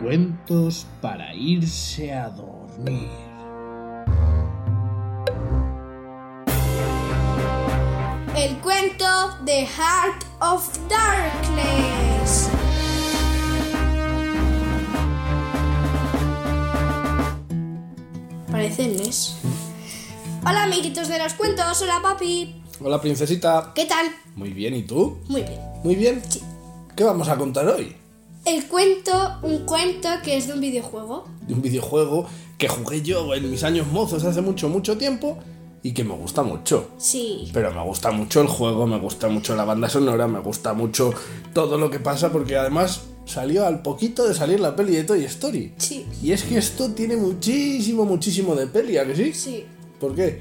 cuentos para irse a dormir. El cuento de Heart of Darkness. Parecenles. Hola amiguitos de los cuentos, hola papi. Hola princesita. ¿Qué tal? Muy bien, ¿y tú? Muy bien. Muy bien. ¿Qué vamos a contar hoy? El cuento, un cuento que es de un videojuego. De un videojuego que jugué yo en mis años mozos hace mucho, mucho tiempo y que me gusta mucho. Sí. Pero me gusta mucho el juego, me gusta mucho la banda sonora, me gusta mucho todo lo que pasa porque además salió al poquito de salir la peli de Toy Story. Sí. Y es que esto tiene muchísimo, muchísimo de peli, ¿a que sí? Sí. ¿Por qué?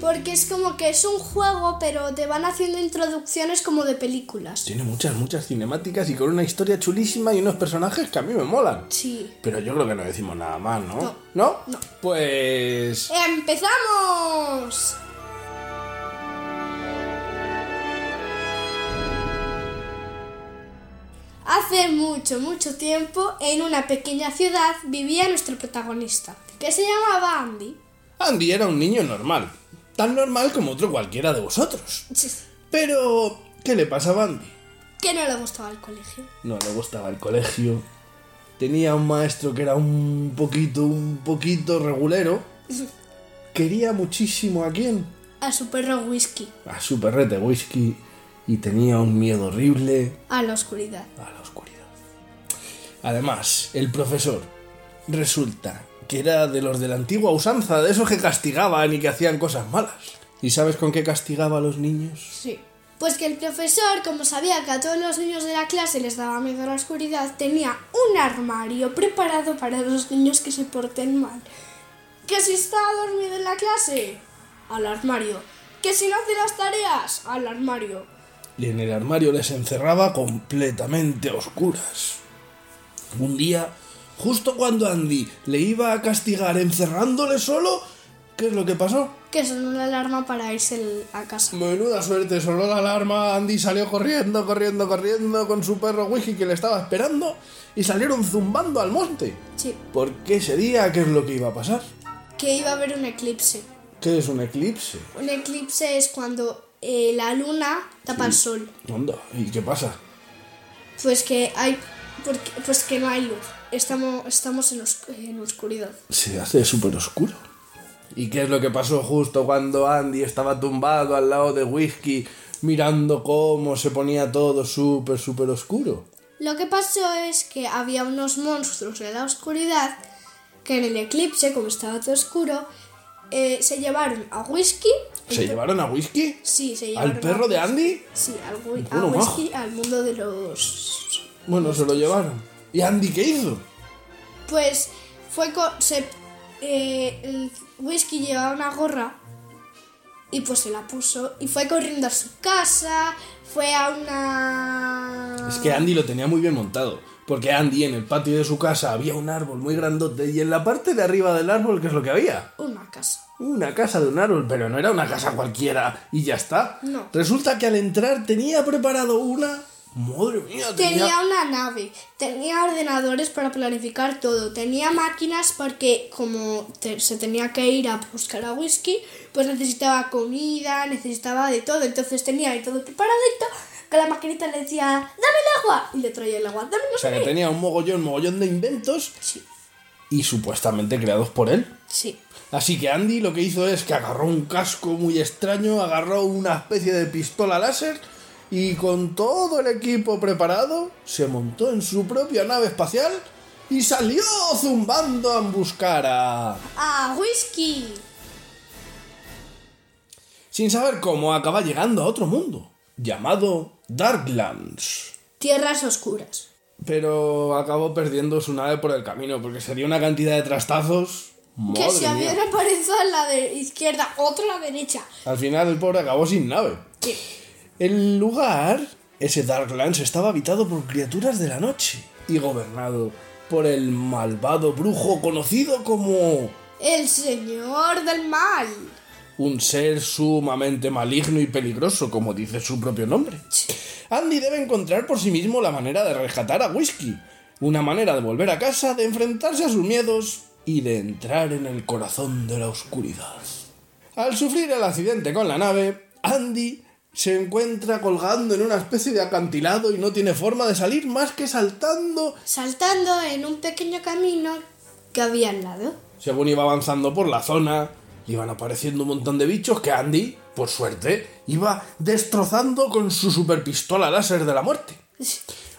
Porque es como que es un juego, pero te van haciendo introducciones como de películas. Tiene muchas, muchas cinemáticas y con una historia chulísima y unos personajes que a mí me molan. Sí. Pero yo creo que no decimos nada más, ¿no? No. ¿No? No. Pues... ¡Empezamos! Hace mucho, mucho tiempo, en una pequeña ciudad vivía nuestro protagonista, que se llamaba Andy. Andy era un niño normal. Tan normal como otro cualquiera de vosotros. Pero... ¿Qué le pasaba a Andy? Que no le gustaba el colegio. No le gustaba el colegio. Tenía un maestro que era un poquito, un poquito regulero. Quería muchísimo a quién? A su perro Whisky, A su perrete whisky. Y tenía un miedo horrible a la oscuridad. a la oscuridad. Además, el profesor resulta que era de los de la antigua usanza, de esos que castigaban y que hacían cosas malas. ¿Y sabes con qué castigaba a los niños? Sí. Pues que el profesor, como sabía que a todos los niños de la clase les daba miedo a la oscuridad, tenía un armario preparado para los niños que se porten mal. Que si está dormido en la clase, al armario. Que si no hace las tareas, al armario. y en el armario les encerraba completamente a oscuras. Un día, justo cuando Andy le iba a castigar encerrándole solo, ¿qué es lo que pasó? Que sonó una alarma para irse el- a casa. Menuda suerte, sonó la alarma, Andy salió corriendo, corriendo, corriendo con su perro Wiki que le estaba esperando y salieron zumbando al monte. Sí. Porque ese día, ¿qué es lo que iba a pasar? Que iba a haber un eclipse. ¿Qué es un eclipse? Un eclipse es cuando eh, la luna tapa el sol. ¿Onda? ¿Y qué pasa? Pues que hay. porque- pues que no hay luz. Estamos, estamos en, os- en oscuridad. Se hace súper oscuro. ¿Y qué es lo que pasó justo cuando Andy estaba tumbado al lado de Whisky, mirando cómo se ponía todo súper, súper oscuro? Lo que pasó es que había unos monstruos de la oscuridad que en el eclipse, como estaba todo oscuro, eh, se llevaron a Whisky. ¿Se llevaron a Whisky? Sí, se llevaron. ¿Al a perro de Whisky. Andy? Sí, al Whi- a Bueno, Whisky, al mundo de los. Bueno, se lo llevaron. ¿Y Andy qué hizo? Pues fue con. Se, eh, el Whisky llevaba una gorra y pues se la puso y fue corriendo a su casa, fue a una. Es que Andy lo tenía muy bien montado. Porque Andy en el patio de su casa había un árbol muy grandote y en la parte de arriba del árbol, ¿qué es lo que había? Una casa. Una casa de un árbol, pero no era una casa cualquiera y ya está. No. Resulta que al entrar tenía preparado una. Madre mía, tenía. Tenía una nave, tenía ordenadores para planificar todo, tenía máquinas porque como te- se tenía que ir a buscar a whisky, pues necesitaba comida, necesitaba de todo, entonces tenía ahí todo preparadito, que la maquinita le decía, dame el agua, y le traía el agua, dame no O sea, sé que qué". tenía un mogollón, mogollón de inventos Sí, y supuestamente creados por él. sí, Así que Andy lo que hizo es que agarró un casco muy extraño, agarró una especie de pistola láser y con todo el equipo preparado se montó en su propia nave espacial y salió zumbando a buscar a... a whisky. sin saber cómo acaba llegando a otro mundo, llamado Darklands. Tierras oscuras. Pero acabó perdiendo su nave por el camino, porque se dio una cantidad de trastazos. Madre que se mía. habían aparecido a la de izquierda, otra a la derecha. Al final el pobre acabó sin nave. Sí. El lugar, ese Darklands, estaba habitado por criaturas de la noche y gobernado por el malvado brujo conocido como El señor del mal. un ser sumamente maligno y peligroso, como dice su propio nombre. Sí. Andy debe encontrar por sí mismo la manera de rescatar a Whisky, Una manera de volver a casa, de enfrentarse a sus miedos y de entrar en el corazón de la oscuridad. Al sufrir el accidente con la nave, Andy se encuentra colgando en una especie de acantilado y no tiene forma de salir más que saltando saltando en un pequeño camino que había al lado. Según iba avanzando por la zona, iban apareciendo un montón de bichos que Andy, por suerte, iba destrozando con su superpistola láser de la muerte.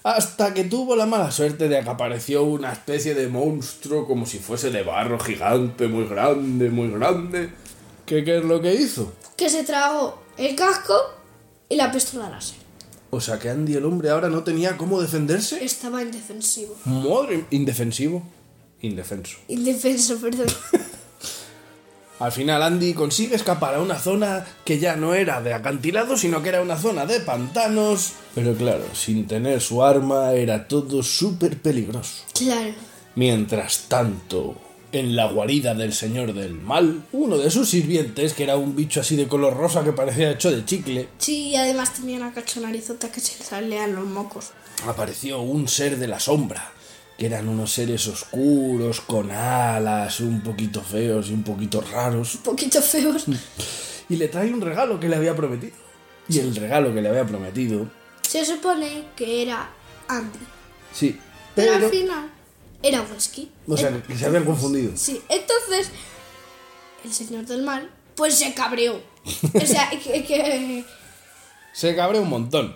Hasta que tuvo la mala suerte de que apareció una especie de monstruo como si fuese de barro gigante, muy grande, muy grande. ¿Qué, qué es lo que hizo? Que se tragó el casco y la pistola láser. O sea que Andy el hombre ahora no tenía cómo defenderse. Estaba indefensivo. Madre, indefensivo. Indefenso. Indefenso, perdón. Al final Andy consigue escapar a una zona que ya no era de acantilado, sino que era una zona de pantanos. Pero claro, sin tener su arma era todo súper peligroso. claro. Mientras tanto, en la guarida del señor del mal, uno de sus sirvientes, que era un bicho así de color rosa que parecía hecho de chicle, Sí, y además tenía una cachonarizota que se le salían los mocos. apareció un ser de la sombra, que eran unos seres oscuros, con alas, un poquito feos y un poquito raros. Un poquito feos. y le trae un regalo que le había prometido. Y el regalo que le había prometido, Se supone que era Andy. sí, Pero, pero... al final era whisky. O sea, que se habían confundido. Sí, entonces el señor del mal pues se cabreó. O sea, que, que- Se cabreó un montón.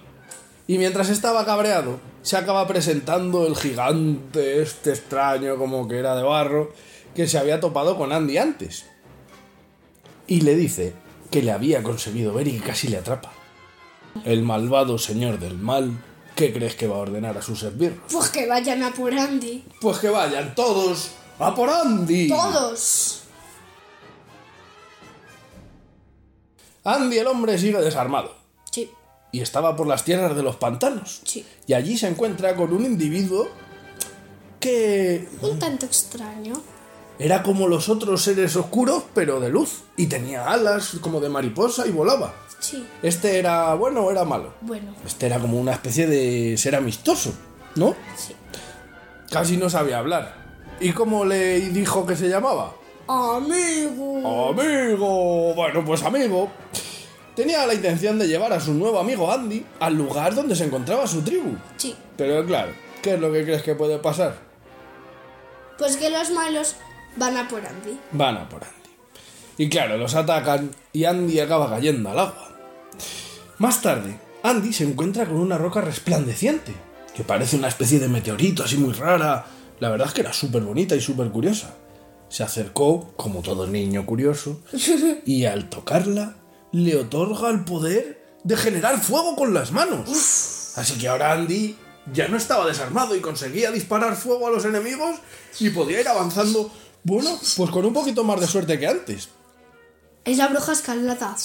Y mientras estaba cabreado, se acaba presentando el gigante este extraño, como que era de barro, que se había topado con Andy antes. Y le dice que le había conseguido ver y que casi le atrapa. El malvado señor del mal, ¿qué crees que va a ordenar a sus esbirros? pues que vayan a por Andy. Pues que vayan todos a por Andy. Todos. Andy el hombre sigue desarmado Sí, y estaba por las tierras de los pantanos. sí. Y allí se encuentra con un individuo que Un tanto extraño. era como los otros seres oscuros, pero de luz. Y tenía alas como de mariposa y volaba. Sí, Este era bueno o era malo. bueno, Este era como una especie de ser amistoso, ¿no? sí. Casi no sabía hablar. ¿Y cómo le dijo que se llamaba? Amigo. Amigo, bueno, pues amigo. Tenía la intención de llevar a su nuevo amigo Andy al lugar donde se encontraba su tribu. Sí. Pero claro, ¿qué es lo que crees que puede pasar? Pues que los malos van a por Andy. Van a por Andy. Y claro, los atacan y Andy acaba cayendo al agua. Más tarde, Andy se encuentra con una roca resplandeciente, que parece una especie de meteorito así muy rara. La verdad es que era súper bonita y súper curiosa. Se acercó, como todo niño curioso, y al tocarla le otorga el poder de generar fuego con las manos. Así que ahora Andy ya no estaba desarmado y conseguía disparar fuego a los enemigos y podía ir avanzando, bueno, pues con un poquito más de suerte que antes. Es la bruja escarlata.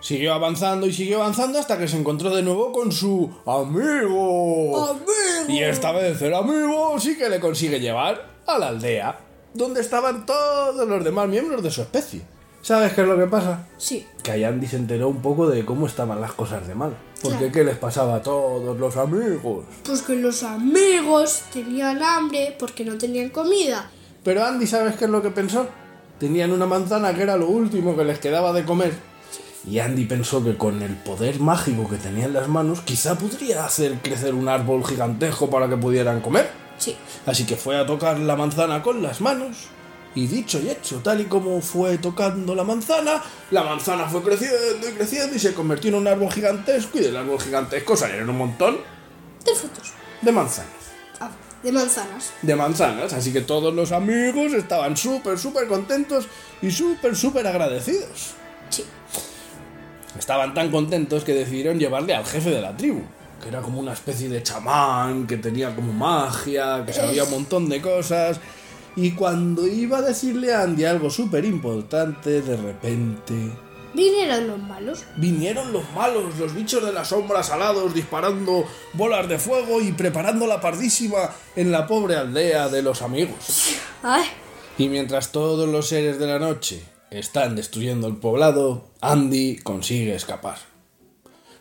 Siguió avanzando y siguió avanzando hasta que se encontró de nuevo con su amigo. Amigo. Y esta vez el amigo sí que le consigue llevar a la aldea, donde estaban todos los demás miembros de su especie. ¿Sabes qué es lo que pasa? Sí, Que ahí Andy se enteró un poco de cómo estaban las cosas de mal. Porque Claro. qué les pasaba a todos los amigos. pues que los amigos tenían hambre porque no tenían comida. Pero Andy, ¿sabes qué es lo que pensó? Tenían una manzana que era lo último que les quedaba de comer. Y Andy pensó que con el poder mágico que tenía en las manos, quizá podría hacer crecer un árbol gigantesco para que pudieran comer. Sí, Así que fue a tocar la manzana con las manos. Y dicho y hecho, tal y como fue tocando la manzana, la manzana fue creciendo y creciendo y se convirtió en un árbol gigantesco. Y del árbol gigantesco salieron un montón de frutos. de manzanas. Ah, de manzanas. de manzanas, así que todos los amigos estaban súper, súper contentos y súper, súper agradecidos. Sí, Estaban tan contentos que decidieron llevarle al jefe de la tribu, que era como una especie de chamán, que tenía como magia, que sabía un montón de cosas. Y cuando iba a decirle a Andy algo súper importante, de repente vinieron los malos. vinieron los malos, los bichos de las sombras alados, disparando bolas de fuego y preparando la pardísima en la pobre aldea de los amigos. Ay, Y mientras todos los seres de la noche están destruyendo el poblado, Andy consigue escapar.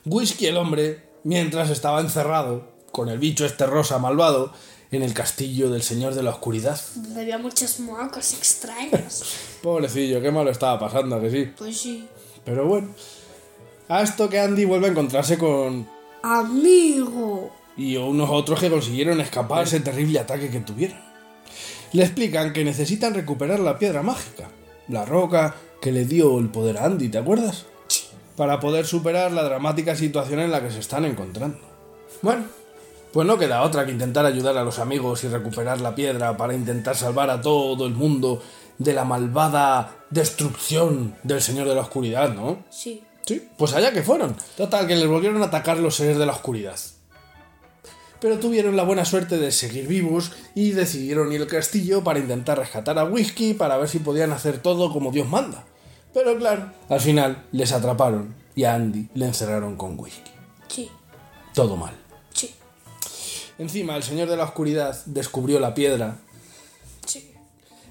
Whisky el hombre, mientras estaba encerrado, con el bicho este rosa malvado en el castillo del Señor de la Oscuridad. donde había muchos mocos extraños. Pobrecillo, qué malo estaba pasando, ¿a que sí. Pues sí. Pero bueno, a esto que Andy vuelve a encontrarse con... Amigo. y unos otros que consiguieron escapar de ese terrible ataque que tuvieron. Le explican que necesitan recuperar la piedra mágica, la roca que le dio el poder a Andy, ¿te acuerdas? Para poder superar la dramática situación en la que se están encontrando. Bueno, pues no queda otra que intentar ayudar a los amigos y recuperar la piedra para intentar salvar a todo el mundo de la malvada destrucción del Señor de la Oscuridad, ¿no? Sí. Sí, pues allá que fueron. Total, que les volvieron a atacar los seres de la oscuridad. Pero tuvieron la buena suerte de seguir vivos y decidieron ir al castillo para intentar rescatar a Whisky para ver si podían hacer todo como Dios manda. Pero claro, al final les atraparon y a Andy le encerraron con Whisky. Sí. Todo mal. Sí. Encima, el señor de la oscuridad descubrió la piedra Sí.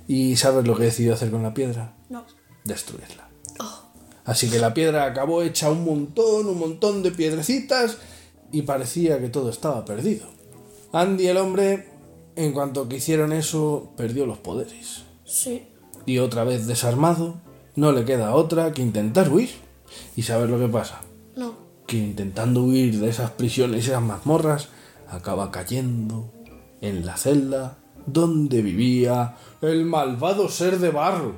y ¿sabes lo que decidió hacer con la piedra? No. Destruirla. Oh. Así que la piedra acabó hecha un montón, un montón de piedrecitas y parecía que todo estaba perdido. Andy el hombre, en cuanto que hicieron eso, perdió los poderes. Sí. Y otra vez desarmado, no le queda otra que intentar huir. Y saber lo que pasa, No. que intentando huir de esas prisiones y esas mazmorras, acaba cayendo en la celda donde vivía el malvado ser de barro.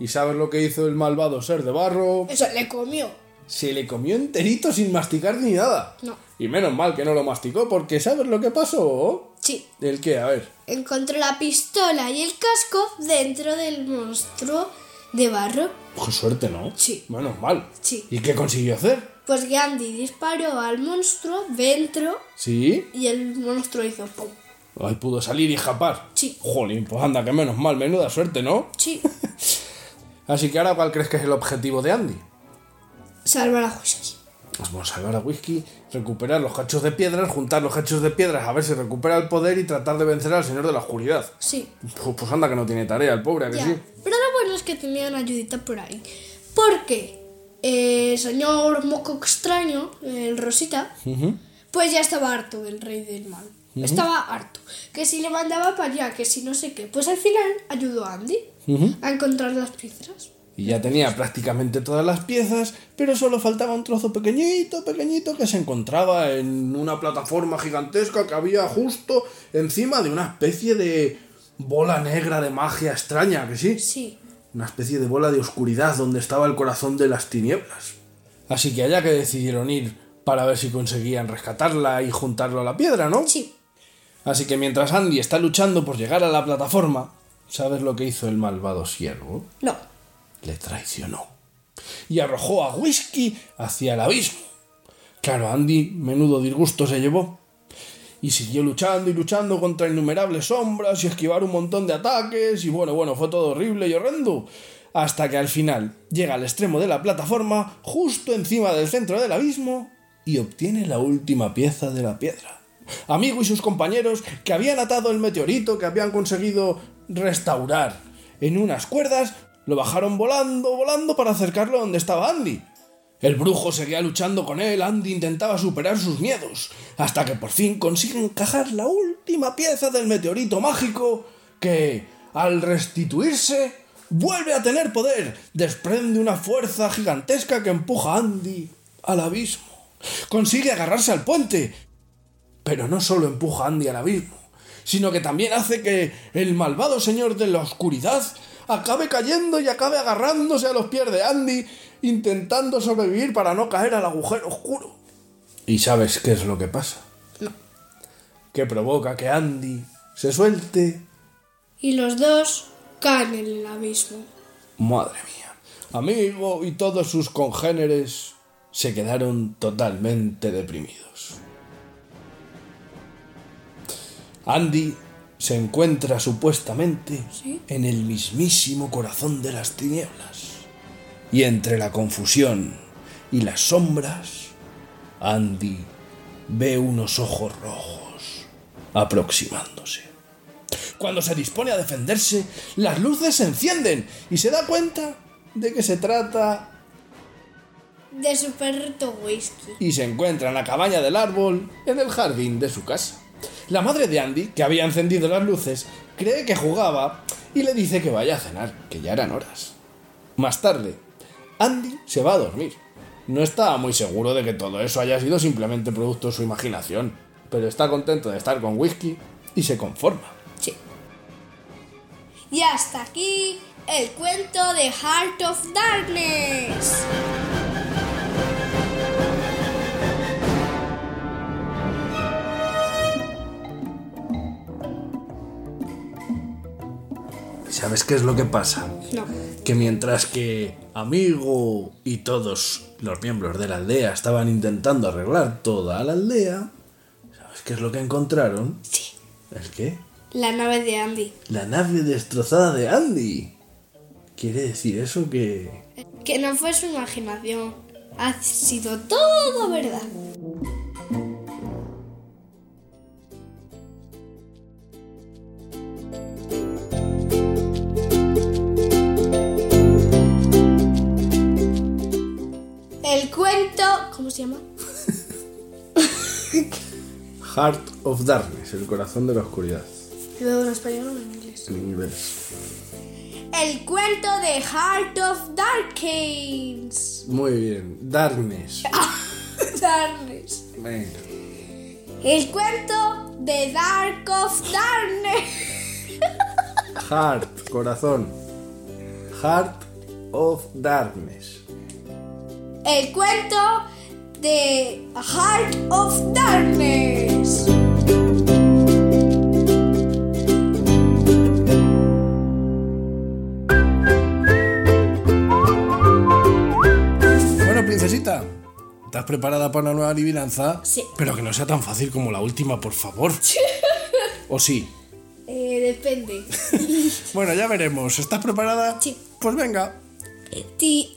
¿Y sabes lo que hizo el malvado ser de barro? Eso le comió. se le comió enterito sin masticar ni nada. No. Y menos mal que no lo masticó, porque ¿sabes lo que pasó? Sí. ¿El qué? A ver. Encontró la pistola y el casco dentro del monstruo de barro. Qué pues suerte, ¿no? Sí. Menos mal. Sí. ¿Y qué consiguió hacer? Pues que Andy disparó al monstruo dentro Sí. y el monstruo hizo pum. Ahí pudo salir y escapar. Sí. Jolín, pues anda, que menos mal. Menuda suerte, ¿no? Sí. Así que ahora, ¿cuál crees que es el objetivo de Andy? Salvar a José. Pues vamos a salvar a Whisky, recuperar los cachos de piedras, juntar los cachos de piedras, a ver si recupera el poder y tratar de vencer al señor de la oscuridad. Sí. Pues pues anda que no tiene tarea el pobre, ¿a que Ya. sí? Pero lo bueno es que tenía una ayudita por ahí. Porque eh, el señor moco extraño, el Rosita, pues ya estaba harto del rey del mal. Estaba harto. Que si le mandaba para allá, que si no sé qué. Pues al final ayudó a Andy a encontrar las piedras. Y ya tenía prácticamente todas las piezas, pero solo faltaba un trozo pequeñito, pequeñito que se encontraba en una plataforma gigantesca que había justo encima de una especie de bola negra de magia extraña, que sí, Pues Sí. una especie de bola de oscuridad donde estaba el corazón de las tinieblas. Así que allá que decidieron ir para ver si conseguían rescatarla y juntarlo a la piedra, ¿no? Sí. Así que mientras Andy está luchando por llegar a la plataforma, ¿sabes lo que hizo el malvado siervo? No. le traicionó y arrojó a Whisky hacia el abismo. Claro, Andy menudo disgusto se llevó y siguió luchando y luchando contra innumerables sombras y esquivar un montón de ataques y bueno, bueno, fue todo horrible y horrendo hasta que al final llega al extremo de la plataforma justo encima del centro del abismo y obtiene la última pieza de la piedra. Amigo y sus compañeros que habían atado el meteorito que habían conseguido restaurar en unas cuerdas lo bajaron volando, volando para acercarlo donde estaba Andy. El brujo seguía luchando con él, Andy intentaba superar sus miedos, hasta que por fin consigue encajar la última pieza del meteorito mágico que, al restituirse, vuelve a tener poder, desprende una fuerza gigantesca que empuja a Andy al abismo. Consigue agarrarse al puente, pero no solo empuja a Andy al abismo, sino que también hace que el malvado señor de la oscuridad acabe cayendo y acabe agarrándose a los pies de Andy, intentando sobrevivir para no caer al agujero oscuro. ¿Y sabes qué es lo que pasa? No. Que provoca que Andy se suelte. Y los dos caen en el abismo. Madre mía. Amigo y todos sus congéneres se quedaron totalmente deprimidos. Andy se encuentra supuestamente Sí. en el mismísimo corazón de las tinieblas. Y entre la confusión y las sombras, Andy ve unos ojos rojos aproximándose. Cuando se dispone a defenderse, las luces se encienden y se da cuenta de que se trata de su perrito whisky. y se encuentra en la cabaña del árbol, en el jardín de su casa. La madre de Andy, que había encendido las luces, cree que jugaba y le dice que vaya a cenar, que ya eran horas. Más tarde, Andy se va a dormir. No está muy seguro de que todo eso haya sido simplemente producto de su imaginación, pero está contento de estar con Whisky y se conforma. Sí. Y hasta aquí el cuento de Heart of Darkness. ¿Sabes qué es lo que pasa? No. que mientras que amigo y todos los miembros de la aldea estaban intentando arreglar toda la aldea, ¿sabes qué es lo que encontraron? Sí. ¿El qué? La nave de Andy. La nave destrozada de Andy. ¿Quiere decir eso que... Que no fue su imaginación. Ha sido todo verdad. El cuento... ¿Cómo se llama? Heart of Darkness, el corazón de la oscuridad. ¿Lo digo en español o en inglés? En inglés. El cuento de Heart of Darkness. Muy bien, Darkness. Darkness. Venga. El cuento de Dark of Darkness. Heart, corazón. Heart of Darkness. El cuento de Heart of Darkness. Bueno, princesita, ¿estás preparada para una nueva adivinanza? Sí. Pero que no sea tan fácil como la última, por favor. ¿O sí? Eh, depende. Bueno, ya veremos. ¿Estás preparada? Sí. Pues venga. Ti.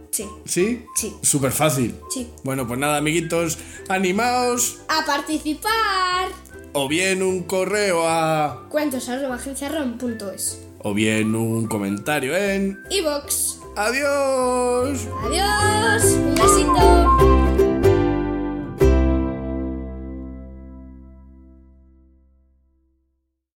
Sí, ¿Sí? Sí. Súper fácil. sí. Bueno, pues nada, amiguitos, animaos A participar. o bien un correo a... Cuentos arroba agenciarom.es. o bien un comentario en... Y box. ¡Adiós! Adiós. Un besito.